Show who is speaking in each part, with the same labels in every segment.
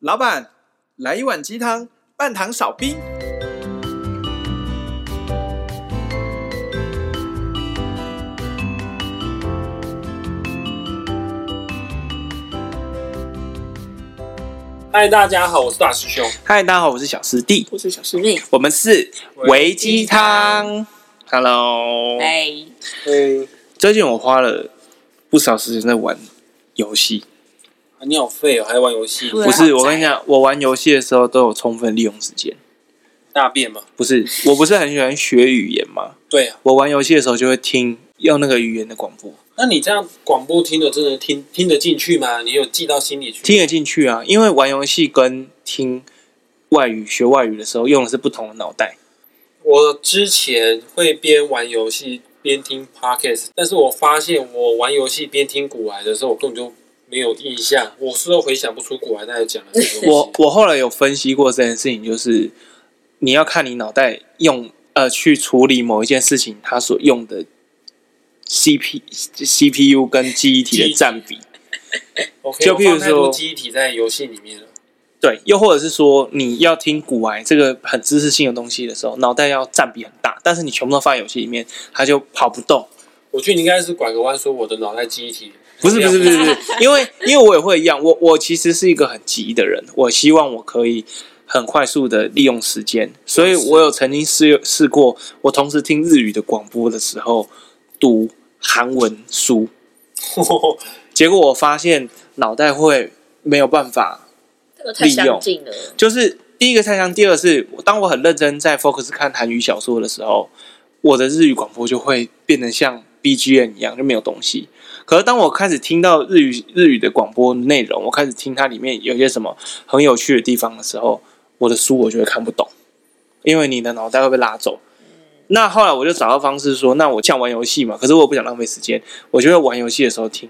Speaker 1: 老板，来一碗鸡汤，半糖少冰。
Speaker 2: 嗨，大家好，我是大师兄，
Speaker 1: 嗨，大家好，我是小师弟，
Speaker 3: 我是小师妹。
Speaker 1: 我们是
Speaker 2: 喂
Speaker 1: 维鸡汤。Hello，
Speaker 3: 哎，
Speaker 2: 嘿，
Speaker 1: 最近我花了不少时间在玩游戏，
Speaker 2: 你好废哦，还玩游戏，
Speaker 3: 对啊
Speaker 1: 不是我
Speaker 3: 宅
Speaker 1: 跟你讲，我玩游戏的时候都有充分利用时间。
Speaker 2: 大便吗？
Speaker 1: 不 是，我不是很喜欢学语言嘛，
Speaker 2: 对啊，
Speaker 1: 我玩游戏的时候就会听用那个语言的广播，
Speaker 2: 那你这样广播听的真的听听得进去吗？你有记到心里去？
Speaker 1: 听得进去啊，因为玩游戏跟听外语学外语的时候用的是不同的脑袋。
Speaker 2: 我之前会边玩游戏边听 podcast，但是我发现我玩游戏边听古来的时候，我根本就没有印象，我事后回想不出古来大概讲了什么
Speaker 1: 我
Speaker 2: 东西。
Speaker 1: 我后来有分析过这件事情，就是你要看你脑袋用呃去处理某一件事情，它所用的 C P C P U 跟记忆体的占比，
Speaker 2: OK，
Speaker 1: 就
Speaker 2: 我
Speaker 1: 譬如
Speaker 2: 放太多
Speaker 1: 说
Speaker 2: 记忆体在游戏里面了。
Speaker 1: 对，又或者是说你要听古癌这个很知识性的东西的时候，脑袋要占比很大，但是你全部都放在游戏里面，它就跑不动。
Speaker 2: 我觉得你应该是拐个弯说我的脑袋记忆体
Speaker 1: 不是不是不是不是，因为 因为我也会一样，我我其实是一个很急的人，我希望我可以很快速的利用时间，所以我有曾经试试过，我同时听日语的广播的时候读韩文书，结果我发现脑袋会没有办法，
Speaker 3: 这个太相近了，
Speaker 1: 就是第一个太像，第二个是当我很认真在 focus 看韩语小说的时候，我的日语广播就会变得像 BGM 一样，就没有东西。可是当我开始听到日语日语的广播内容，我开始听它里面有些什么很有趣的地方的时候，我的书我就会看不懂，因为你的脑袋会被拉走。那后来我就找到方式说，那我想玩游戏嘛，可是我不想浪费时间，我就会玩游戏的时候听。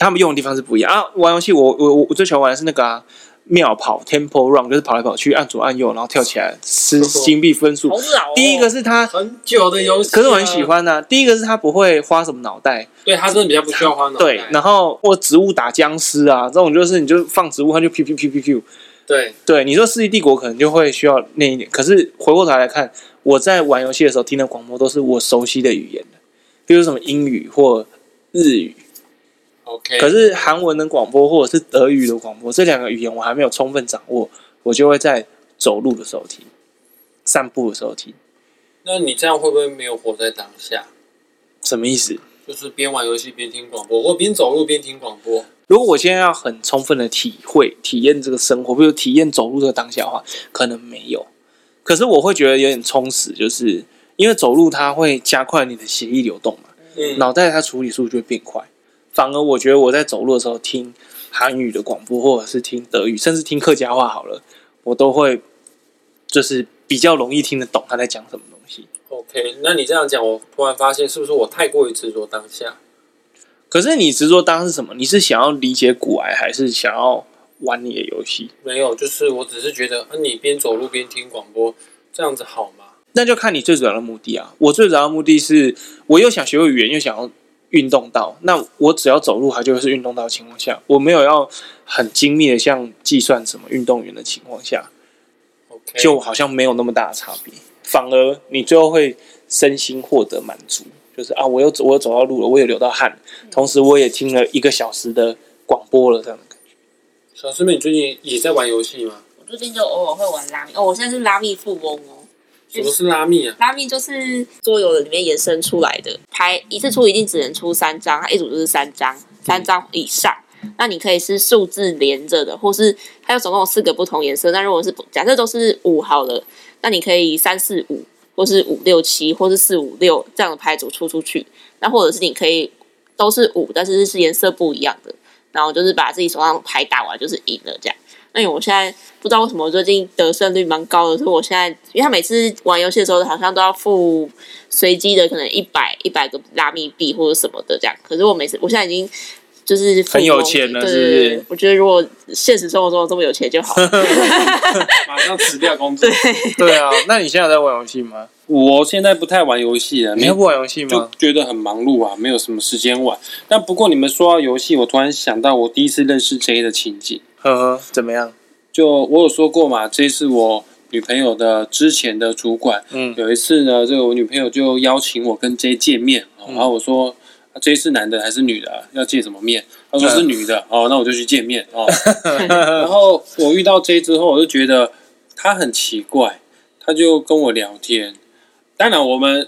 Speaker 1: 他们用的地方是不一样啊。玩游戏我我我我最喜欢玩的是那个啊，妙跑 Tempo Run，就是跑来跑去，按左按右，然后跳起来吃金币分数
Speaker 3: 哦好。老哦。
Speaker 1: 第一个是它
Speaker 2: 很久的游戏、啊
Speaker 1: 可是我很喜。欢呐、第一个是啊他不会花什么脑袋，
Speaker 2: 对他真的比较不需要花脑袋。
Speaker 1: 对，然后或植物打僵尸啊，这种就是你就放植物，它就 P P P P P。
Speaker 2: 对
Speaker 1: 对，你说《世纪帝国》可能就会需要那一点，可是回过头来看，我在玩游戏的时候听的广播都是我熟悉的语言的，比如什么英语或日语。
Speaker 2: ，OK。
Speaker 1: 可是韩文的广播或者是德语的广播，这两个语言我还没有充分掌握，我就会在走路的时候听，散步的时候听。
Speaker 2: 那你这样会不会没有活在当下？
Speaker 1: 什么意思？
Speaker 2: 就是边玩游戏边听广播，或边走路边听广播。
Speaker 1: 如果我现在要很充分的体会、体验这个生活，比如体验走路这个当下的话，可能没有。可是我会觉得有点充实，就是因为走路它会加快你的血液流动嘛，
Speaker 2: 嗯，
Speaker 1: 脑袋它处理速度会变快。反而我觉得我在走路的时候听韩语的广播，或者是听德语，甚至听客家话好了，我都会就是比较容易听得懂他在讲什么东西。
Speaker 2: OK。那你这样讲，我突然发现是不是我太过于执着当下？
Speaker 1: 可是你执着当是什么？你是想要理解古癌，还是想要玩你的游戏？
Speaker 2: 没有，就是我只是觉得，啊，你边走路边听广播，这样子好吗？
Speaker 1: 那就看你最主要的目的啊。我最主要的目的是，我又想学会语言，又想要运动到。那我只要走路，它就是运动到的情况下，我没有要很精密的像计算什么运动员的情况下，
Speaker 2: OK。
Speaker 1: 就好像没有那么大的差别。反而你最后会身心获得满足，就是啊，我又走，我又走到路了，我也流到汗，同时我也听了一个小时的广播了，这样的感觉。
Speaker 2: 小师妹，你最近也在玩游戏吗？
Speaker 3: 我最近就偶尔会玩拉米，哦，我现在是拉米富翁哦。
Speaker 2: 什么是拉密啊？
Speaker 3: 拉米就是桌游里面延伸出来的，牌一次出一定只能出三张，它一组就是三张，三张以上。那你可以是数字连着的，或是它有总共有四个不同颜色。那如果是假设都是五好了，那你可以三四五，或是五六七，或是四五六这样的牌组出出去。那或者是你可以都是五，但是是颜色不一样的，然后就是把自己手上牌打完就是赢了这样。那因为我现在不知道为什么我最近得胜率蛮高的，所以我现在因为他每次玩游戏的时候好像都要付随机的可能一百一百个拉密币或者什么的这样，可是我每次我现在已经。就是富翁
Speaker 1: 很有钱了
Speaker 3: 对
Speaker 1: 是不是
Speaker 3: 对对我觉得如果现实生活中这么有钱就好 了。
Speaker 2: 马上辞掉工作。
Speaker 1: 对啊，那你现在有在玩游戏 吗？
Speaker 2: 我现在不太玩游戏了，
Speaker 1: 你
Speaker 2: 没
Speaker 1: 又
Speaker 2: 有
Speaker 1: 不玩游戏
Speaker 2: 就
Speaker 1: 吗？
Speaker 2: 觉得很忙碌啊，没有什么时间玩。那不过你们说到游戏，我突然想到我第一次认识 J 的情景。
Speaker 1: 呵呵，怎么样？
Speaker 2: 就我有说过嘛，这是我女朋友的之前的主管，
Speaker 1: 嗯
Speaker 2: 有一次呢，这个我女朋友就邀请我跟 J 见面，哦然后我说。啊 J 是男的还是女的、啊？要见什么面？他说是女的、哦，那我就去见面哦。然后我遇到 J 之后，我就觉得他很奇怪，他就跟我聊天。当然，我们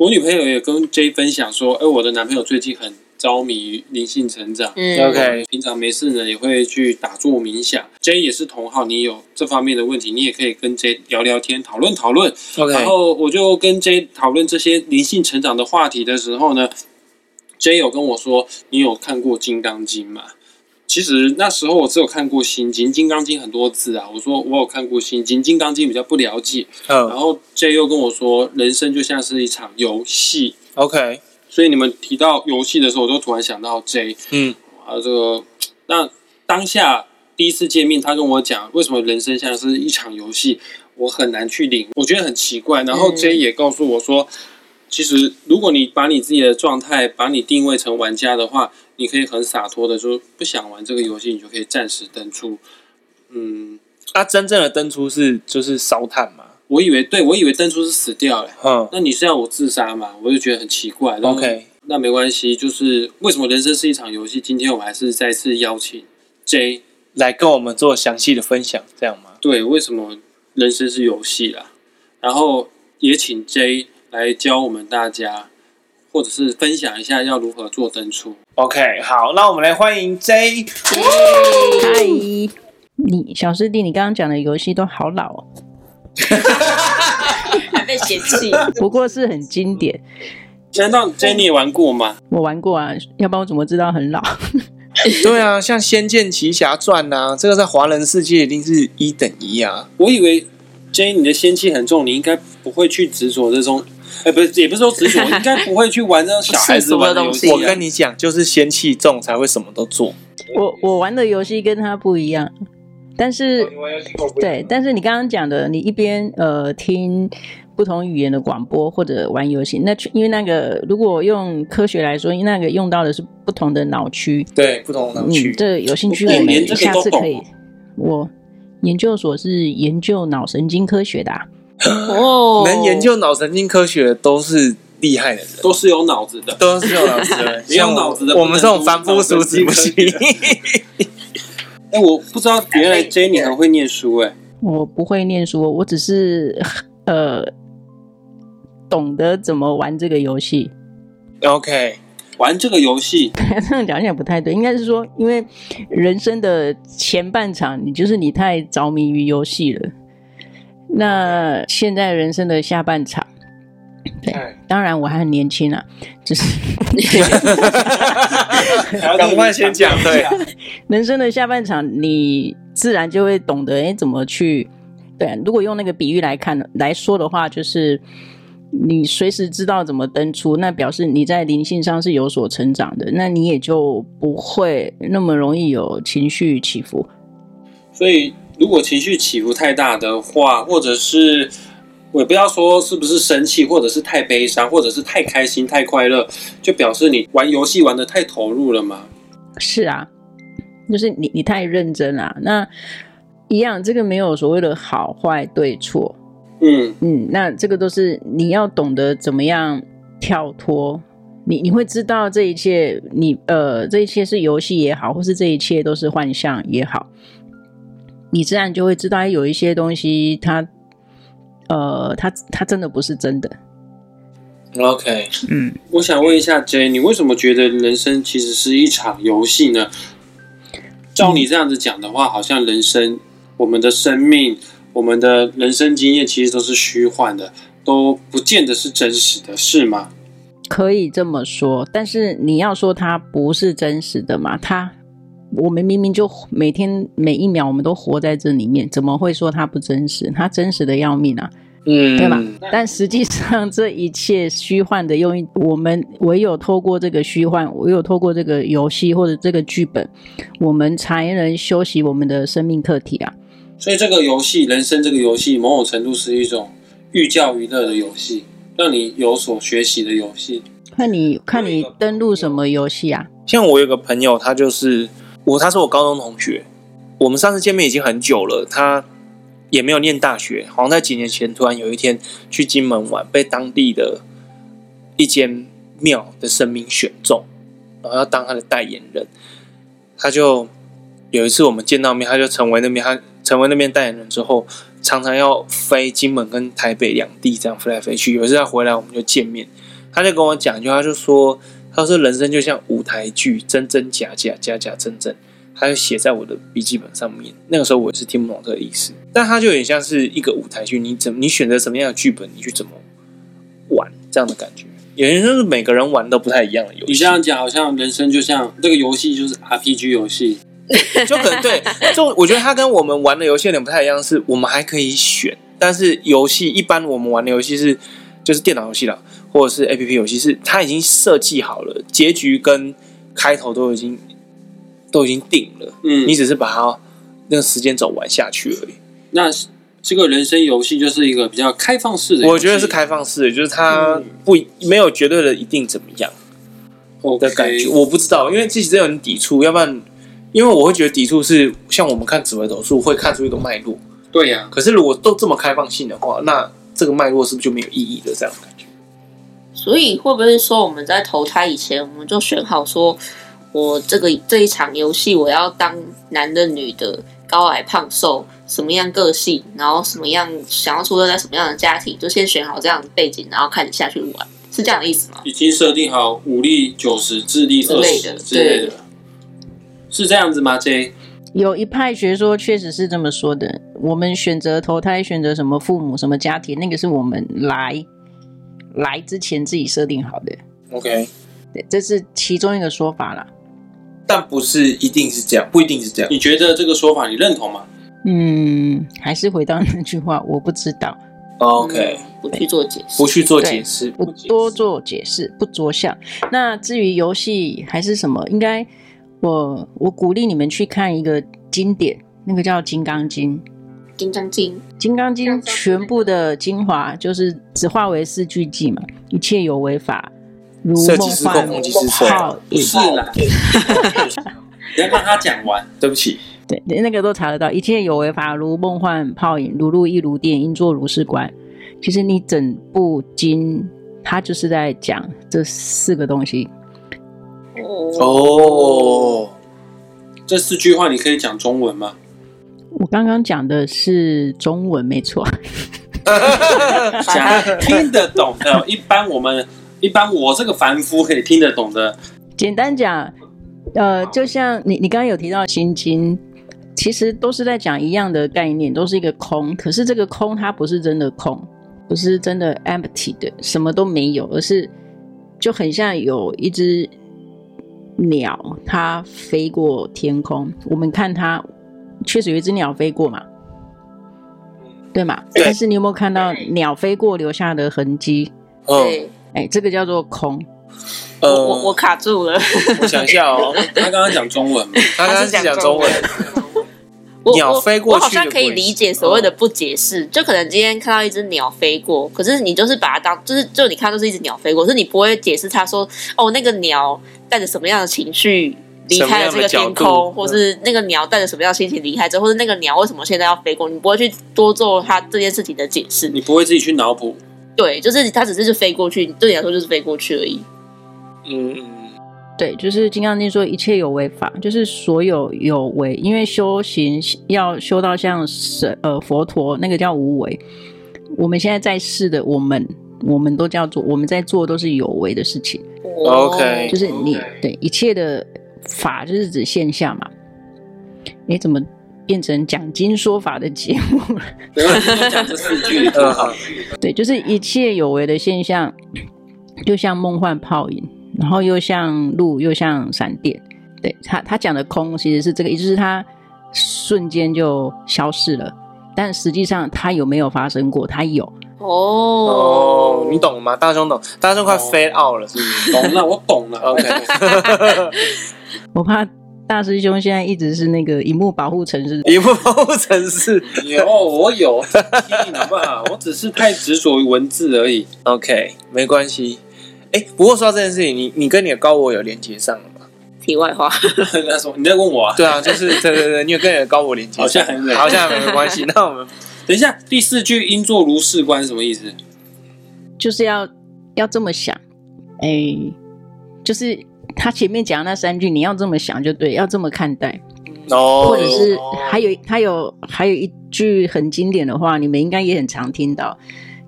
Speaker 2: 我女朋友也跟 J 分享说，哎、我的男朋友最近很着迷于灵性成长，
Speaker 3: 嗯
Speaker 1: ，OK，
Speaker 2: 平常没事呢，也会去打坐冥想。J 也是同号，你有这方面的问题，你也可以跟 J 聊聊天，讨论讨论。
Speaker 1: OK，
Speaker 2: 然后我就跟 J 讨论这些灵性成长的话题的时候呢，J 有跟我说：“你有看过《金刚经》吗？”其实那时候我只有看过《心经》，《金刚经》很多字啊。我说我有看过《心经》，《金刚经》比较不了解。然
Speaker 1: 嗯
Speaker 2: 后 J 又跟我说：“人生就像是一场游戏。
Speaker 1: ，OK，”
Speaker 2: 所以你们提到游戏的时候，我就突然想到 J。
Speaker 1: 嗯
Speaker 2: 啊，这个那当下第一次见面，他跟我讲为什么人生像是一场游戏，我很难去领，我觉得很奇怪。然后
Speaker 3: 嗯
Speaker 2: J 也告诉我说，其实如果你把你自己的状态把你定位成玩家的话，你可以很洒脱的说不想玩这个游戏，你就可以暂时登出。嗯，
Speaker 1: 啊，真正的登出是就是烧炭嘛，
Speaker 2: 我以为对我以为登出是死掉了，
Speaker 1: 嗯
Speaker 2: 那你是要我自杀吗？我就觉得很奇怪。然后
Speaker 1: ，OK，
Speaker 2: 那没关系，就是为什么人生是一场游戏？今天我们还是再次邀请 J
Speaker 1: 来跟我们做详细的分享，这样吗？
Speaker 2: 对，为什么人生是游戏啦？然后也请 J 来教我们大家，或者是分享一下要如何做登出。
Speaker 1: OK，好，那我们来欢迎 J。
Speaker 4: 嗨，你小师弟，你刚刚讲的游戏都好老、哦，
Speaker 3: 还被嫌弃，
Speaker 4: 不过是很经典。
Speaker 1: 嗯
Speaker 2: 难道 J 你也玩过吗？
Speaker 4: 我玩过啊，要不然我怎么知道很老？
Speaker 1: 对啊，像《仙剑奇侠传》呐，这个在华人世界一定是一等一啊。
Speaker 2: 我以为 J 你的仙气很重，你应该不会去执着这种，哎、不是，也不是说执着，应该不会去玩这种小孩子玩的 游戏、啊。
Speaker 1: 我跟你讲，就是仙气重才会什么都做。
Speaker 4: 我我玩的游戏跟他不一样，但
Speaker 2: 哦
Speaker 4: 是对，但是你刚刚讲的，你一边呃听不同语言的广播或者玩游戏，那去因为那个如果用科学来说，因为那个用到的是不同的脑区。
Speaker 1: 对，不同脑
Speaker 4: 嗯，
Speaker 1: 区。
Speaker 4: 这有兴趣
Speaker 2: 我
Speaker 4: 我
Speaker 2: 连
Speaker 4: 们
Speaker 2: 这个
Speaker 4: 下
Speaker 2: 都
Speaker 4: 次
Speaker 2: 懂
Speaker 4: 可以。我研究所是研究脑神经科学的、啊，
Speaker 3: 哦，
Speaker 1: 能研究脑神经科学的都是厉害的人，
Speaker 2: 都是有脑子的。
Speaker 1: 都是有脑子的人。
Speaker 2: 没有
Speaker 1: 像我
Speaker 2: 脑子的
Speaker 1: 我
Speaker 2: 不
Speaker 1: 们
Speaker 2: 能
Speaker 1: 这种凡夫俗子不行。
Speaker 2: 读脑神经哎、我不知道原来 J 你很会念书、哎，
Speaker 4: 我不会念书，我只是 呃懂得怎么玩这个游戏。
Speaker 1: OK，
Speaker 2: 玩这个游戏，
Speaker 4: 这样讲起来不太对，应该是说，因为人生的前半场，你就是你太着迷于游戏了。那现在人生的下半场，对
Speaker 1: 哎，
Speaker 4: 当然我还很年轻啊，只是
Speaker 1: 赶快先讲对。
Speaker 4: 人生的下半场，你自然就会懂得哎怎么去。对、啊如果用那个比喻来看来说的话，就是你随时知道怎么登出，那表示你在灵性上是有所成长的，那你也就不会那么容易有情绪起伏。
Speaker 2: 所以，如果情绪起伏太大的话，或者是我也不要说是不是生气，或者是太悲伤，或者是太开心、太快乐，就表示你玩游戏玩的太投入了嘛。
Speaker 4: 是啊，就是你你太认真了、那一样，这个没有所谓的好坏对错，
Speaker 2: 嗯，
Speaker 4: 嗯，那这个都是你要懂得怎么样跳脱，你你会知道这一切，你呃，这一切是游戏也好，或是这一切都是幻象也好，你自然就会知道哎有一些东西它，呃，它它真的不是真的，
Speaker 1: OK，
Speaker 4: 嗯，
Speaker 2: 我想问一下 J，你为什么觉得人生其实是一场游戏呢？照你这样子讲的话，好像人生、我们的生命、我们的人生经验其实都是虚幻的，都不见得是真实的，是吗？
Speaker 4: 可以这么说，但是你要说它不是真实的嘛，它。我们明明就每天每一秒，我们都活在这里面，怎么会说它不真实？它真实的要命啊！
Speaker 1: 嗯，
Speaker 4: 对吧？但实际上，这一切虚幻的用意，我们唯有透过这个虚幻，唯有透过这个游戏或者这个剧本，我们才能修习我们的生命课题啊。
Speaker 2: 所以这个游戏，人生这个游戏，某种程度是一种寓教于乐的游戏，让你有所学习的游戏。
Speaker 4: 看你看你登录什么游戏啊？
Speaker 1: 像我有个朋友，他就是我，他是我高中同学，我们上次见面已经很久了，他也没有念大学，好像在几年前突然有一天去金门玩，被当地的一间庙的神明选中，然后要当他的代言人。他就有一次我们见到面，他就成为那边他成为那边代言人之后，常常要飞金门跟台北两地这样飞来飞去。有一次他回来，我们就见面，他就跟我讲一句，他就说：“他说人生就像舞台剧，真真假假，假假真真。”他就写在我的笔记本上面。那个时候我也是听不懂这个意思，但他就有点像是一个舞台剧，你怎你选择什么样的剧本，你去怎么玩这样的感觉。有人就是每个人玩都不太一样的游戏，
Speaker 2: 你这样讲，好像人生就像这个游戏就是 RPG 游戏，
Speaker 1: 就可能对，就我觉得它跟我们玩的游戏有点不太一样，是我们还可以选，但是游戏一般我们玩的游戏是就是电脑游戏啦，或者是 A P P 游戏，是它已经设计好了，结局跟开头都已经都已经定了，
Speaker 2: 嗯
Speaker 1: 你只是把它那个时间走完下去而已。
Speaker 2: 那这个人生游戏就是一个比较开放式的游戏，嗯
Speaker 1: 我觉得是开放式的，就是它不没有绝对的一定怎么样。的感觉
Speaker 2: OK
Speaker 1: 我不知道，因为自己真的有点抵触，要不然，因为我会觉得抵触是像我们看紫微斗数会看出一个脉络，
Speaker 2: 对呀、
Speaker 1: 可是如果都这么开放性的话，那这个脉络是不是就没有意义的这样的感觉？
Speaker 3: 所以会不会说我们在投胎以前，我们就选好说，我这个这一场游戏我要当男的、女的、高矮胖瘦，什么样个性，然后什么样想要出生在什么样的家庭，就先选好这样的背景，然后开始下去玩，是这样的意思吗？
Speaker 2: 已经设定好武力九十、智力
Speaker 3: 之
Speaker 2: 二
Speaker 3: 类
Speaker 2: 十
Speaker 3: 的
Speaker 2: 之类的，是这样子吗？J
Speaker 4: 有一派学说确实是这么说的。我们选择投胎，选择什么父母、什么家庭，那个是我们来来之前自己设定好的，
Speaker 1: OK，
Speaker 4: 对，这是其中一个说法啦。
Speaker 1: 但不是一定是这样，不一定是这样。
Speaker 2: 你觉得这个说法你认同吗？
Speaker 4: 嗯，还是回到那句话，我不知道，
Speaker 1: OK，、
Speaker 3: 嗯不去做解释
Speaker 1: 不。去做解释，
Speaker 4: 不
Speaker 1: 解释
Speaker 4: 多做解释，不着相。那至于游戏还是什么，应该我我鼓励你们去看一个经典，那个叫《金刚经》。
Speaker 3: 金刚经，
Speaker 4: 《金刚经》全部的精华就是只化为四句记嘛，一切有为法，如
Speaker 1: 设
Speaker 4: 梦
Speaker 1: 计师
Speaker 4: 幻
Speaker 1: 空空即是色
Speaker 4: 泡
Speaker 2: 不
Speaker 4: 影。
Speaker 2: 是啦， 你要让他讲完。
Speaker 1: 对不起，
Speaker 4: 对，那个都查得到。一切有为法，如梦幻泡影，如露亦如电，应作如是观。其实你整部经，它就是在讲这四个东西。
Speaker 1: 哦，
Speaker 2: 这四句话你可以讲中文吗？
Speaker 4: 我刚刚讲的是中文，没错。
Speaker 1: 啊
Speaker 2: 讲听得懂的，一般我们一般我这个凡夫可以听得懂的。
Speaker 4: 简单讲，呃，就像你你刚刚有提到《心经》，其实都是在讲一样的概念，都是一个空。可是这个空它不是真的空，不是真的 empty 的，什么都没有，而是就很像有一只鸟，它飞过天空。我们看它，确实有一只鸟飞过嘛。对嘛？
Speaker 1: 对
Speaker 4: 但是你有没有看到鸟飞过留下的痕迹？
Speaker 1: 嗯
Speaker 3: 对，，
Speaker 4: 哎，这个叫做空。
Speaker 3: 我
Speaker 1: 呃，
Speaker 3: 我我卡住了，
Speaker 1: 我想一下哦，
Speaker 2: 他刚刚讲中文嘛，
Speaker 1: 他刚刚
Speaker 3: 他
Speaker 1: 是
Speaker 3: 是
Speaker 1: 讲
Speaker 3: 讲
Speaker 1: 中
Speaker 3: 中
Speaker 1: 文
Speaker 3: 文，我
Speaker 1: 鸟飞过去嗯
Speaker 3: 我，我好像可以
Speaker 1: 的轨迹
Speaker 3: 理解所谓的不解释，就可能今天看到一只鸟飞过，可是你就是把它当就是就你看到就是一只鸟飞过，可是你不会解释它说哦那个鸟带着什么样的情绪离开了这个
Speaker 1: 什么样的角
Speaker 3: 天
Speaker 1: 度嗯
Speaker 3: 空，或是那个鸟带着什么样的心情离开这，或是那个鸟为什么现在要飞过，你不会去多做它这件事情的解释。
Speaker 1: 嗯
Speaker 2: 你不会自己去脑补。
Speaker 3: 对，就是它只是就飞过去，对你来说就是飞过去而已。
Speaker 1: 嗯嗯，
Speaker 4: 对，就是《金刚经》说一切有为法，就是所有有为，因为修行要修到像神呃佛陀那个叫无为。我们现在在世的我们，我们都叫做我们在做都是有为的事情，
Speaker 1: OK
Speaker 4: 就是你
Speaker 1: OK
Speaker 4: 对一切的法就是指现象嘛。你怎么变成讲经说法的节目了？
Speaker 2: 不要讲这四句，呃
Speaker 1: 嗯
Speaker 3: 哦
Speaker 1: 好，
Speaker 4: 对，就是一切有为的现象，就像梦幻泡影，然后又像露，又像闪电。对他，他讲的空其实是这个，也就是它瞬间就消失了，但实际上它有没有发生过？它有。
Speaker 3: 哦
Speaker 1: 哦，你懂吗？大兄懂，大兄快 fade out 了，是不是
Speaker 2: 懂了，我懂了。
Speaker 1: ？OK，
Speaker 4: 我怕大师兄现在一直是那个荧幕保护城市，
Speaker 1: 一部保护城市
Speaker 2: 有，哦我有听好不好？我只是太执着于文字而已。
Speaker 1: OK，没关系。哎，不过说到这件事情，你你跟你的高我有连接上了吗？
Speaker 3: 题外话，
Speaker 2: 那什么？你在问我 啊？
Speaker 1: 对啊，就是对对对，你有跟你的高我连接，
Speaker 2: 好像很冷
Speaker 1: 好像没关 系。那我们
Speaker 2: 等一下，第四句“应作如是观”是什么意思？
Speaker 4: 就是要要这么想，哎、就是他前面讲的那三句，你要这么想就对，要这么看待，
Speaker 1: 哦，
Speaker 4: 或者是还有他有还有一句很经典的话，你们应该也很常听到，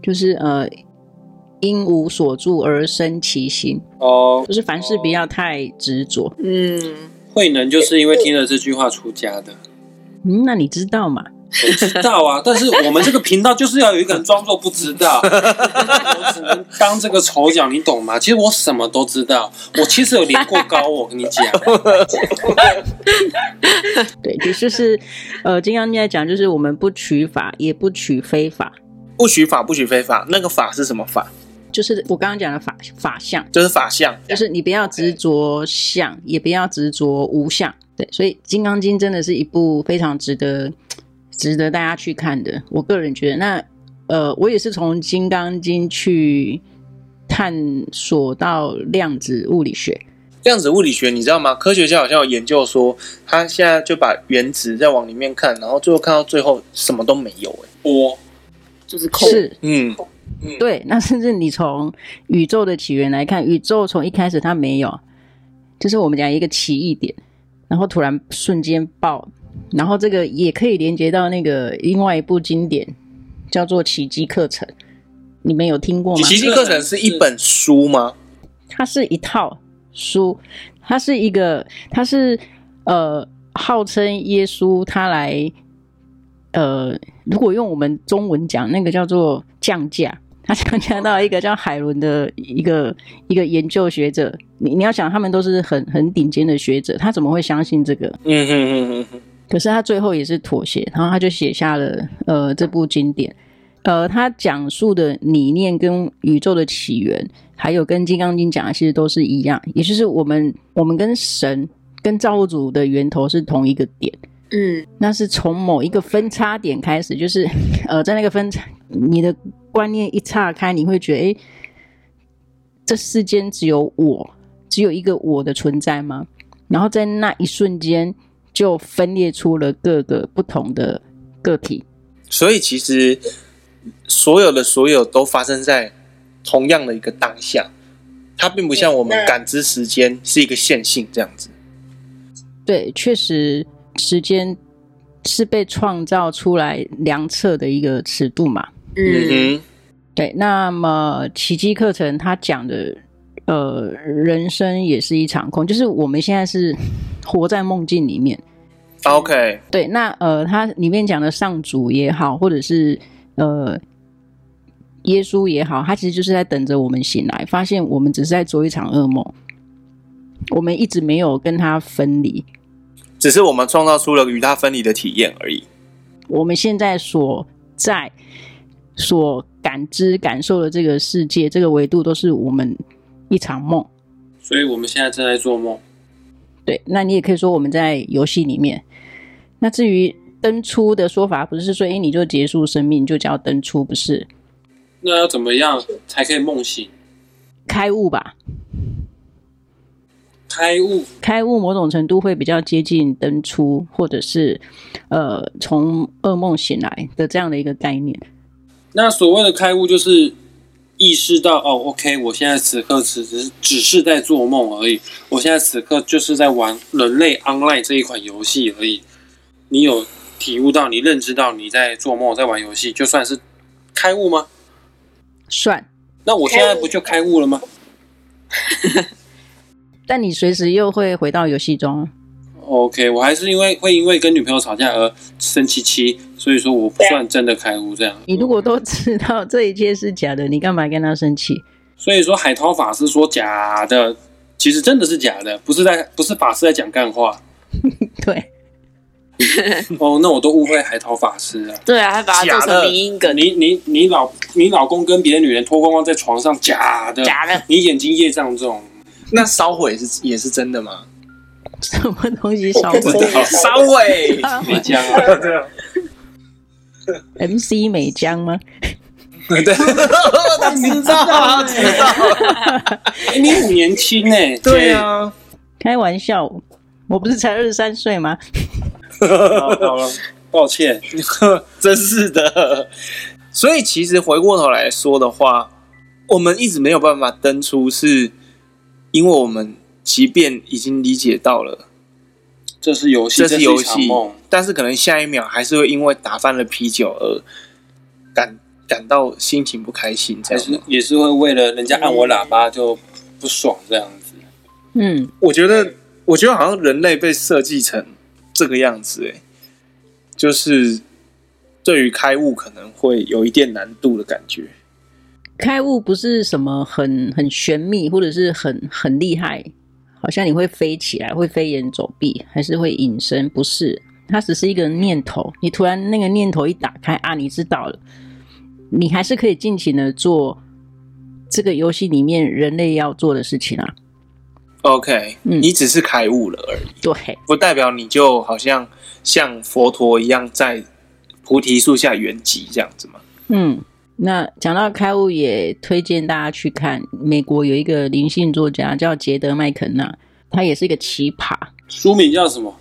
Speaker 4: 就是呃，因无所住而生其心，
Speaker 2: 哦，
Speaker 4: 就是凡事不要太执着。
Speaker 3: 嗯，
Speaker 2: 慧能就是因为听了这句话出家的。
Speaker 4: 嗯，那你知道嘛？
Speaker 2: 我知道啊，但是我们这个频道就是要有一个人装作不知道，我只能当这个丑角，你懂吗？其实我什么都知道，我其实有连过高，我跟你讲，
Speaker 4: 对，就是呃，金刚在讲，就是我们不取法，也不取非法，
Speaker 1: 不许法，不许非法。那个法是什么法？
Speaker 4: 就是我刚刚讲的法法相。
Speaker 1: 就是法相。
Speaker 4: 就是你不要执着相，也不要执着无相。对，所以《金刚经》真的是一部非常值得、值得大家去看的。我个人觉得，那呃，我也是从《金刚经》去探索到量子物理学。
Speaker 1: 量子物理学你知道吗？科学家好像有研究说，他现在就把原子再往里面看，然后最后看到最后什么都没有、欸。
Speaker 2: 我
Speaker 3: 就是空，
Speaker 4: 是
Speaker 1: 嗯，
Speaker 4: 对，那甚至你从宇宙的起源来看，宇宙从一开始它没有，就是我们讲一个奇异点，然后突然瞬间爆，然后这个也可以连接到那个另外一部经典叫做《奇迹课程》，你们有听过吗？
Speaker 1: 奇迹课程是一本书吗？
Speaker 4: 它是一套书，它是一个，它是呃，号称耶稣他来，呃，如果用我们中文讲，那个叫做降价。他降价到一个叫海伦的一个一个研究学者，你你要想，他们都是很很顶尖的学者，他怎么会相信这个？
Speaker 1: 嗯嗯嗯嗯
Speaker 4: 可是他最后也是妥协，然后他就写下了呃这部经典。呃，他讲述的理念跟宇宙的起源，还有跟《金刚经》讲的其实都是一样，也就是我们我们跟神跟造物主的源头是同一个点，
Speaker 3: 嗯，
Speaker 4: 那是从某一个分叉点开始，就是 呃，在那个分叉，你的观念一岔开，你会觉得，诶，这世间只有我，只有一个我的存在吗？然后在那一瞬间就分裂出了各个不同的个体，
Speaker 1: 所以其实所有的所有都发生在同样的一个当下，它并不
Speaker 4: 嗯
Speaker 1: 像我们感知时间是一个线性这样子。
Speaker 4: 对，确实时间是被创造出来量测的一个尺度嘛。
Speaker 3: 嗯，
Speaker 1: 嗯哼，
Speaker 4: 对，那么奇迹课程它讲的，呃，人生也是一场空，就是我们现在是活在梦境里面。
Speaker 1: OK，
Speaker 4: 对，那呃，它里面讲的上主也好，或者是呃耶稣也好，他其实就是在等着我们醒来，发现我们只是在做一场噩梦，我们一直没有跟他分离。
Speaker 1: 只是我们创造出了与它分离的体验而已。
Speaker 4: 我们现在所在、所感知、感受的这个世界、这个维度，都是我们一场梦。
Speaker 2: 所以我们现在正在做梦。
Speaker 4: 对，那你也可以说我们在游戏里面。那至于登出的说法，不是说哎你就结束生命，你就叫登出，不是
Speaker 2: 那要怎么样才可以梦醒？
Speaker 4: 开悟吧？
Speaker 2: 开悟
Speaker 4: 开悟某种程度会比较接近登出，或者是呃从噩梦醒来的这样的一个概念。
Speaker 2: 那所谓的开悟就是意识到哦，OK，我现在此刻只是只是在做梦而已，我现在此刻就是在玩《人类 Online》这一款游戏而已。你有体悟到，你认知到你在做梦，在玩游戏，就算是开悟吗？
Speaker 4: 算，
Speaker 2: 那我现在不就开悟了吗？
Speaker 4: 但你随时又会回到游戏中啊。
Speaker 2: OK，我还是因为会因为跟女朋友吵架而生气气，所以说我不算真的开悟这样。
Speaker 4: 你如果都知道这一切是假的，你干嘛跟他生气？
Speaker 2: 所以说海涛法师说假的，其实真的是假的，不是在不是法师在讲干话。
Speaker 4: 对，
Speaker 2: 哦，那我都误会海涛法师了。
Speaker 3: 对啊，还把它做
Speaker 1: 假的嗯
Speaker 3: 成迷因梗，
Speaker 2: 你你你老你老公跟别的女人脱光光在床上，假的，
Speaker 3: 假的，
Speaker 2: 你眼睛业障重，
Speaker 1: 那烧毁是也是真的吗？
Speaker 4: 什么东西烧
Speaker 2: 不
Speaker 4: 毁
Speaker 2: 知 道
Speaker 1: 烧毁
Speaker 2: 没讲啊。
Speaker 4: ？MC 美江吗？
Speaker 1: 对，他
Speaker 5: 啊
Speaker 1: 知道，他知道，
Speaker 5: 欸
Speaker 2: 哎、你很年轻哎、
Speaker 1: 啊对啊，
Speaker 4: 开玩笑，我不是才二十三岁吗？
Speaker 5: 好好了，抱歉， 真是的。
Speaker 1: 所以其实回过头来说的话，我们一直没有办法登出，是因为我们即便已经理解到了
Speaker 5: 这是游戏，
Speaker 1: 这
Speaker 5: 是
Speaker 1: 是
Speaker 5: 一
Speaker 1: 游
Speaker 5: 场
Speaker 1: 戏
Speaker 5: 梦，
Speaker 1: 但是可能下一秒还是会因为打翻了啤酒而感感到心情不开心，这
Speaker 5: 还
Speaker 1: 样
Speaker 5: 是
Speaker 1: 吗。
Speaker 5: 也是会为了人家按我喇叭就不爽这样子。
Speaker 4: 嗯，
Speaker 1: 我觉得，我觉得好像人类被设计成这个样子、欸，就是对于开悟可能会有一点难度的感觉。
Speaker 4: 开悟不是什么很很玄秘，或者是很很厉害，好像你会飞起来，会飞檐走壁，还是会隐身，不是？它只是一个念头，你突然那个念头一打开啊，你知道了，你还是可以尽情的做这个游戏里面人类要做的事情啊。
Speaker 1: OK，、
Speaker 4: 嗯
Speaker 1: 你只是开悟了而已。
Speaker 4: 对，
Speaker 1: 不代表你就好像像佛陀一样在菩提树下圆寂这样子嘛。
Speaker 4: 嗯，那讲到开悟，也推荐大家去看美国有一个灵性作家叫杰德麦肯纳，他也是一个奇葩。
Speaker 5: 书名叫什么？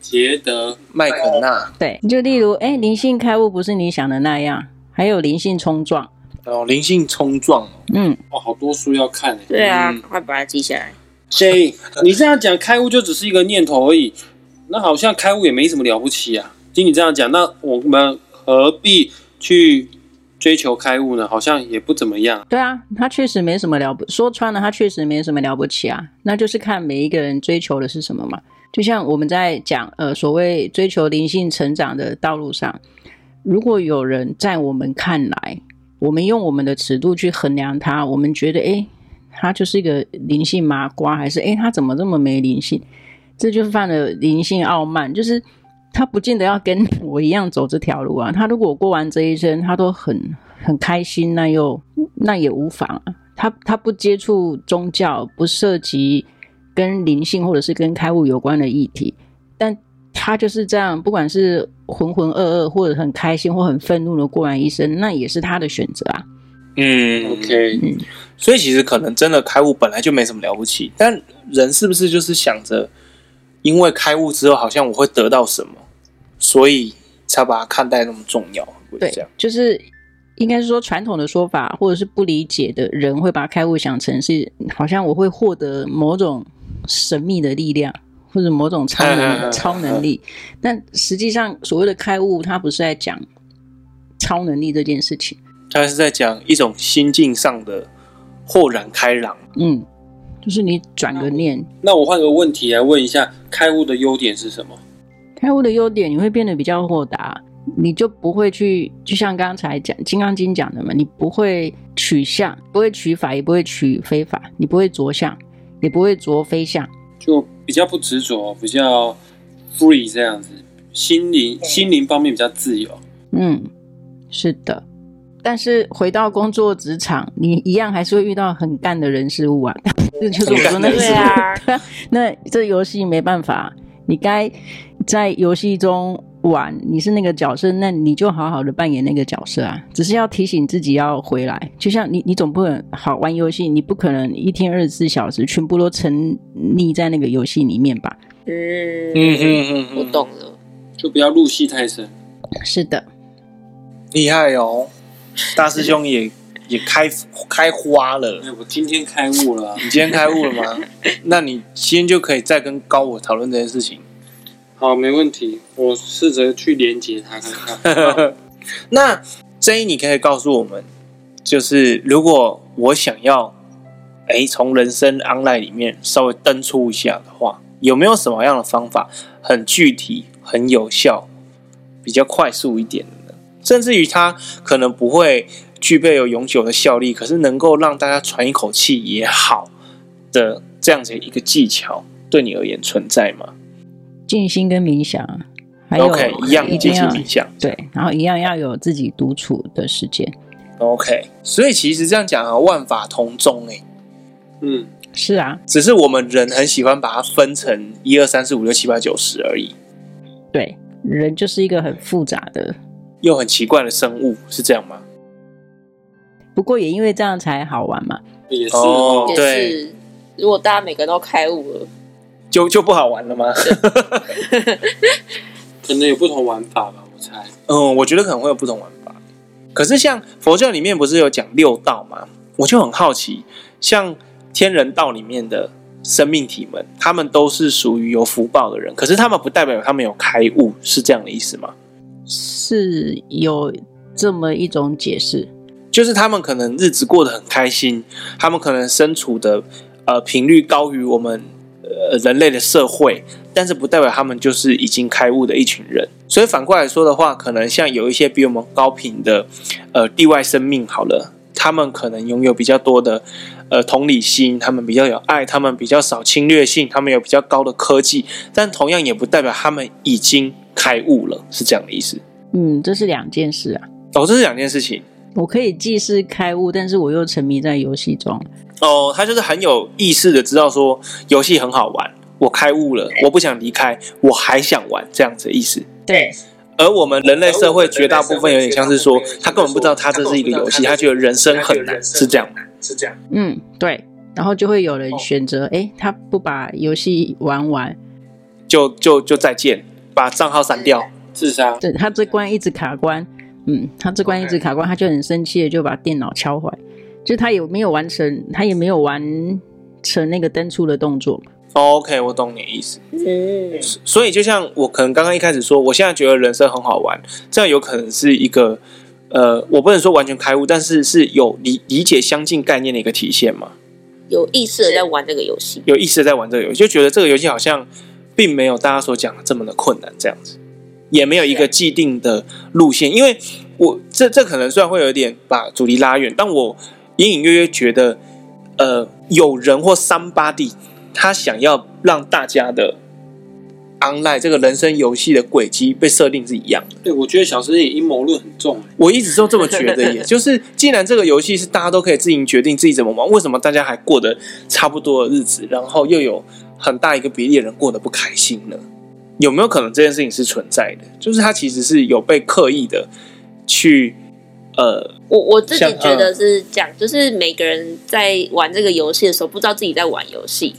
Speaker 5: 杰德
Speaker 1: 麦肯纳，
Speaker 4: 对，就例如，哎，灵性开悟不是你想的那样，还有灵性冲撞。
Speaker 1: 然后哦灵性冲撞哦，
Speaker 4: 嗯，
Speaker 5: 哦，好多书要看欸诶、
Speaker 3: 对啊，
Speaker 1: 嗯
Speaker 3: 赶快把它记下来。
Speaker 5: J，你这样讲开悟就只是一个念头而已，那好像开悟也没什么了不起啊。听你这样讲，那我们何必去追求开悟呢？好像也不怎么样。
Speaker 4: 对啊，他确实没什么了不，说穿了，他确实没什么了不起啊。那就是看每一个人追求的是什么嘛。就像我们在讲，呃，所谓追求灵性成长的道路上，如果有人在我们看来，我们用我们的尺度去衡量他，我们觉得，哎，他就是一个灵性麻瓜，还是哎，诶他怎么这么没灵性？这就犯了灵性傲慢，就是他不见得要跟我一样走这条路啊。他如果过完这一生，他都很很开心，那又那也无妨啊。他他不接触宗教，不涉及跟灵性或者是跟开悟有关的议题，但他就是这样，不管是浑浑噩噩，或者很开心或很愤怒的过完一生，那也是他的选择啊。
Speaker 1: 嗯
Speaker 5: OK，
Speaker 1: 所以其实可能真的开悟本来就没什么了不起，但人是不是就是想着，因为开悟之后好像我会得到什么，所以才把它看待那么重要？会不会
Speaker 4: 对
Speaker 1: 这样，
Speaker 4: 就是应该是说传统的说法，或者是不理解的人会把开悟想成是好像我会获得某种神秘的力量，或者某种超
Speaker 1: 嗯嗯
Speaker 4: 能
Speaker 1: 嗯
Speaker 4: 超能力。但实际上，所谓的开悟，它不是在讲超能力这件事情。
Speaker 1: 他是在讲一种心境上的豁然开朗。
Speaker 4: 嗯，就是你转个念，
Speaker 5: 那我换个问题来问一下，开悟的优点是什么？
Speaker 4: 开悟的优点，你会变得比较豁达，你就不会去，就像刚才讲《金刚经》讲的嘛，你不会取相，不会取法，也不会取非法，你不会着相，也不会着非相。
Speaker 5: 就比较不执着，比较 free 这样子，心灵心灵方面比较自由。
Speaker 4: 嗯，是的。但是回到工作职场，你一样还是会遇到很干的人事物啊。 这就是我说
Speaker 1: 嗯
Speaker 4: 那个
Speaker 3: 对啊，
Speaker 4: 那这游戏没办法，你该在游戏中玩，你是那个角色，那你就好好的扮演那个角色啊。只是要提醒自己要回来，就像你，你总不能好玩游戏，你不可能一天二十四小时全部都沉溺在那个游戏里面吧？
Speaker 1: 嗯
Speaker 3: 嗯，
Speaker 1: 哼哼哼，
Speaker 3: 我懂了。
Speaker 5: 就不要入戏太深。
Speaker 4: 是的，
Speaker 1: 厉害哦，大师兄也 也开开花了。
Speaker 5: 哎，我今天开悟了啊、
Speaker 1: 你今天开悟了 吗？那你今天就可以再跟高我讨论这件事情。
Speaker 5: 好，没问题，我试着去连接它看看。
Speaker 1: 那 J，你可以告诉我们，就是如果我想要，哎，从人生 online 里面稍微登出一下的话，有没有什么样的方法很具体、很有效、比较快速一点的呢？甚至于它可能不会具备有永久的效力，可是能够让大家喘一口气也好的这样子一个技巧，对你而言存在吗
Speaker 4: 静心跟冥想啊，还有
Speaker 1: ？OK，一样
Speaker 4: 一
Speaker 1: 进
Speaker 4: 定
Speaker 1: 行
Speaker 4: 要
Speaker 1: 冥想。
Speaker 4: 对，然后一样要有自己独处的时间。
Speaker 1: OK，所以其实这样讲啊，万法哎同宗诶、
Speaker 5: 嗯，
Speaker 4: 是啊，
Speaker 1: 只是我们人很喜欢把它分成一二三四五六七八九十而已，
Speaker 4: 对，人就是一个很复杂的，
Speaker 1: 又很奇怪的生物，是这样吗？
Speaker 4: 不过也因为这样才好玩嘛。
Speaker 2: 也是
Speaker 1: 哦
Speaker 2: 哦，
Speaker 3: 也是，如果大家每个人都开悟了，
Speaker 1: 就就不好玩了吗？
Speaker 5: 可能有不同玩法吧，我猜。
Speaker 1: 嗯，我觉得可能会有不同玩法。可是像佛教里面不是有讲六道吗？我就很好奇，像天人道里面的生命体们，他们都是属于有福报的人，可是他们不代表他们有开悟，是这样的意思吗？
Speaker 4: 是有这么一种解释。
Speaker 1: 就是他们可能日子过得很开心，他们可能身处的呃频率高于我们呃人类的社会，但是不代表他们就是已经开悟的一群人。所以反过来说的话，可能像有一些比我们高频的呃地外生命，好了，他们可能拥有比较多的呃同理心，他们比较有爱，他们比较少侵略性，他们有比较高的科技，但同样也不代表他们已经开悟了，是这样的意思。
Speaker 4: 嗯，这是两件事啊。
Speaker 1: 哦，这是两件事情。
Speaker 4: 我可以既是开悟，但是我又沉迷在游戏中。
Speaker 1: 哦，他就是很有意识的知道说游戏很好玩，我开悟了，我不想离开，我还想玩这样子的意思。
Speaker 4: 对，
Speaker 1: 而我们人类社会绝大部分有点像是说，他根本不知道他这是一个游戏，他觉得人生很难，是这样吗？
Speaker 2: 是这样。
Speaker 4: 嗯，对。然后就会有人选择，哎、他不把游戏玩完，
Speaker 1: 就就就再见，把账号删掉。
Speaker 5: 自杀，
Speaker 4: 对他这关一直卡关，嗯，他这关一直卡关，他就很生气的就把电脑敲坏，就是他有没有完成，他也没有完成那个登出的动作嘛。
Speaker 1: OK，我懂你的意思。
Speaker 3: 嗯，
Speaker 1: 所以就像我可能刚刚一开始说，我现在觉得人生很好玩，这样有可能是一个呃，我不能说完全开悟，但是是有理理解相近概念的一个体现嘛。
Speaker 3: 有意识的在玩这个游戏，
Speaker 1: 有意识地在玩这个游戏，就觉得这个游戏好像并没有大家所讲的这么的困难，这样子也没有一个既定的路线。因为我这这可能虽然会有点把主题拉远，但我隐隐约约觉得，呃，有人或三八 D 他想要让大家的 online 这个人生游戏的轨迹被设定是一样的。
Speaker 5: 对我觉得小时也阴谋论很重、欸
Speaker 1: 我一直都这么觉得耶，也就是既然这个游戏是大家都可以自行决定自己怎么玩，为什么大家还过得差不多的日子，然后又有很大一个比例的人过得不开心呢？有没有可能这件事情是存在的？就是它其实是有被刻意的去呃，
Speaker 3: 我我自己
Speaker 1: 像
Speaker 3: 觉得是这样，就是每个人在玩这个游戏的时候，不知道自己在玩游戏，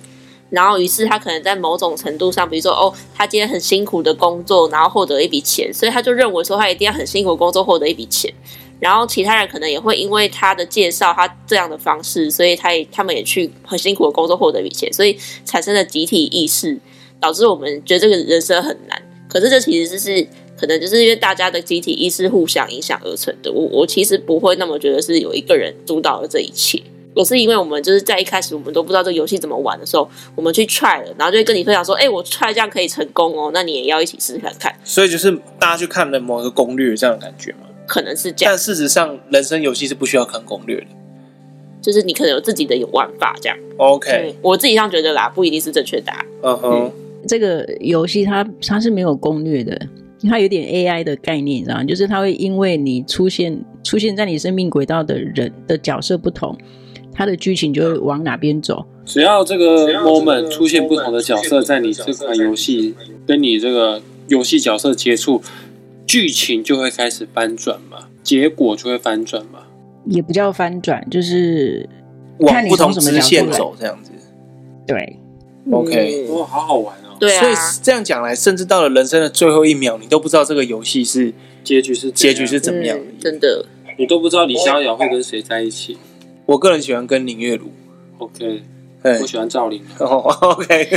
Speaker 3: 然后于是他可能在某种程度上，比如说哦，他今天很辛苦的工作，然后获得一笔钱，所以他就认为说他一定要很辛苦地工作获得一笔钱。然后其他人可能也会因为他的介绍，他这样的方式，所以他也他们也去很辛苦的工作获得一笔钱，所以产生了集体意识，导致我们觉得这个人生很难。可是这其实就是可能就是因为大家的集体意识互相影响而成的。我我其实不会那么觉得是有一个人主导了这一切。我是因为我们就是在一开始我们都不知道这个游戏怎么玩的时候，我们去 try 了，然后就会跟你分享说，哎、我 try 这样可以成功哦，那你也要一起试试看看，
Speaker 1: 所以就是大家去看了某一个攻略这样的感觉嘛。
Speaker 3: 可能是这样，
Speaker 1: 但事实上，人生游戏是不需要看攻略的。
Speaker 3: 就是你可能有自己的有玩法这样。
Speaker 1: OK，
Speaker 3: 嗯我自己上觉得啦，不一定是正确答案。
Speaker 1: 嗯哼，
Speaker 4: 这个游戏它它是没有攻略的，它有点 AI 的概念，你知道吗？就是它会因为你出现出现在你生命轨道的人的角色不同，它的剧情就会往哪边走。
Speaker 5: 只要这个
Speaker 2: 只要这个
Speaker 5: moment 嗯出现不同的角色在你这款游戏跟你这个游戏角色接触，剧情就会开始翻转嘛，结果就会翻转嘛。
Speaker 4: 也不叫翻转，就是
Speaker 1: 往不同
Speaker 4: 看你从什
Speaker 1: 支
Speaker 4: 么角度
Speaker 1: 线
Speaker 4: 来
Speaker 1: 走这样子。
Speaker 4: 对，
Speaker 1: OK
Speaker 3: 嗯
Speaker 5: 哇，好好玩哦！
Speaker 3: 对啊
Speaker 1: 所以，这样讲来，甚至到了人生的最后一秒，你都不知道这个游戏是
Speaker 5: 结局是怎哦
Speaker 1: 结
Speaker 5: 样
Speaker 1: 局是怎么样的。
Speaker 3: 嗯真的，
Speaker 5: 你都不知道李逍遥会跟谁在一起。
Speaker 1: 我个人喜欢跟林月如，
Speaker 5: OK，
Speaker 1: 哎
Speaker 5: 我，喜欢赵灵。
Speaker 1: 哦，OK，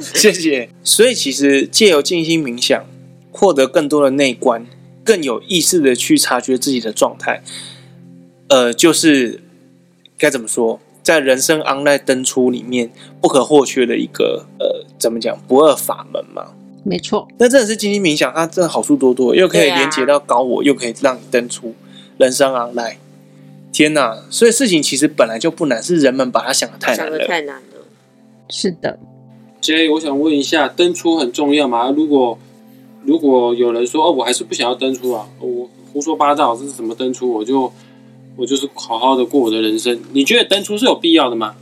Speaker 1: 谢谢。所以其实借由静心冥想，获得更多的内观，更有意识的去察觉自己的状态。呃，就是该怎么说，在人生 online 登出里面不可或缺的一个呃，怎么讲不二法门嘛。
Speaker 4: 没错。
Speaker 1: 那真的是静心冥想，它真的好处多多，又可以
Speaker 3: 对啊
Speaker 1: 连接到高我，又可以让你登出人生 online。天哪！所以事情其实本来就不难，是人们把它想的太难
Speaker 3: 想的
Speaker 1: 了。
Speaker 3: 太难了。
Speaker 4: 是的，
Speaker 5: J，我想问一下，登出很重要吗？如果如果有人说哦，我还是不想要登出啊，我胡说八道，这是怎么登出？我就我就是好好的过我的人生。你觉得登出是有必要的吗？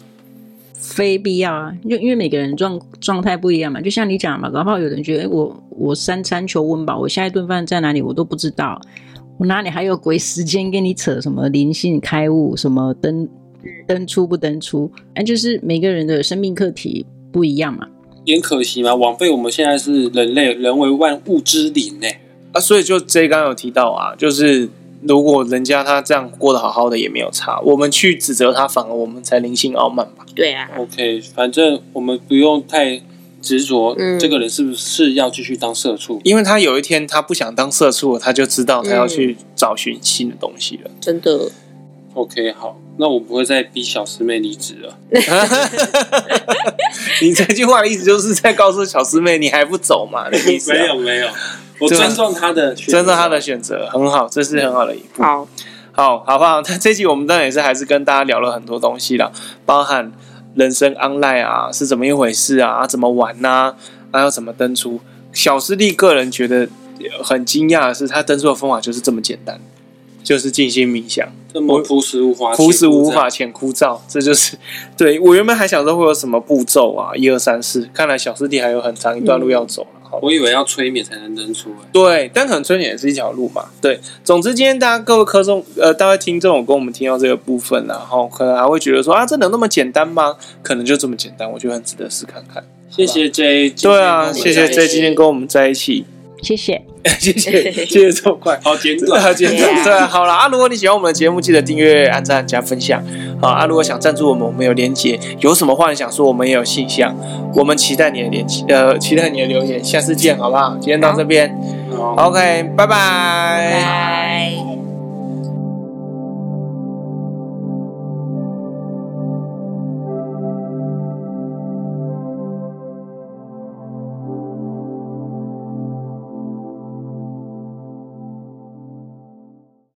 Speaker 4: 非必要啊，因为因为每个人状状态不一样嘛，就像你讲嘛，搞不好有人觉得，诶我我三餐求温饱，我下一顿饭在哪里我都不知道，我哪里还有鬼时间跟你扯什么灵性开悟，什么登登出不登出？哎，就是每个人的生命课题不一样嘛。
Speaker 2: 也很可惜嘛，枉费我们现在是人类人为万物之灵呢、
Speaker 1: 啊，所以就 J 刚刚有提到啊，就是如果人家他这样过得好好的也没有差，我们去指责他，反而我们才灵性傲慢吧？
Speaker 3: 对啊，
Speaker 2: OK，反正我们不用太执着，
Speaker 3: 嗯
Speaker 2: 这个人是不是要继续当社畜？
Speaker 1: 因为他有一天他不想当社畜了，他就知道他
Speaker 3: 嗯
Speaker 1: 要去找寻新的东西了。
Speaker 3: 真的
Speaker 2: OK，好，那我不会再逼小师妹离职了。
Speaker 1: 你这句话的意思就是在告诉小师妹你还不走嘛？你的意思啊
Speaker 2: 没有没有，我
Speaker 1: 对啊
Speaker 2: 尊重她的选择，
Speaker 1: 尊重他的选择，很好，这是很好的一步。
Speaker 3: 好，
Speaker 1: 好，好不好？ 那这集我们当然也是还是跟大家聊了很多东西啦，包含人生 online 啊是怎么一回事啊，怎么玩呐、啊，还有怎么登出。小师弟个人觉得呃很惊讶的是，他登出的方法就是这么简单，就是静心冥想，
Speaker 2: 这么朴实无华，
Speaker 1: 朴实无华，且啊枯燥。这就是 对我原本还想说会有什么步骤啊，一二三四，看来小师弟还有很长一段路要走了。好吧
Speaker 2: 我以为要催眠才能登出、欸，
Speaker 1: 对，但可能催眠也是一条路嘛。对，总之今天大家各位科中呃，大家听众有跟我们听到这个部分，然后可能还会觉得说啊，真的有那么简单吗？可能就这么简单，我觉得很值得试看看。
Speaker 2: 谢谢 J，
Speaker 1: 对啊，谢谢
Speaker 3: 在
Speaker 1: J
Speaker 3: 一起
Speaker 1: 今天跟我们在一 起，
Speaker 4: 谢谢。
Speaker 1: 谢谢谢谢这么快。
Speaker 2: 好简
Speaker 1: 对
Speaker 2: 短，
Speaker 1: 啊，简
Speaker 3: 对
Speaker 1: 单
Speaker 3: 啊
Speaker 1: 对啊，好了啊！如果你喜欢我们的节目，记得订阅、按赞、加分享。好啊，如果想赞助我们，我们有连结，有什么话你想说，我们也有信箱，我们期待你的连结，呃，期待你的留言，下次见，好不好？今天到这边
Speaker 2: 好。
Speaker 1: ，OK，拜拜
Speaker 3: 拜。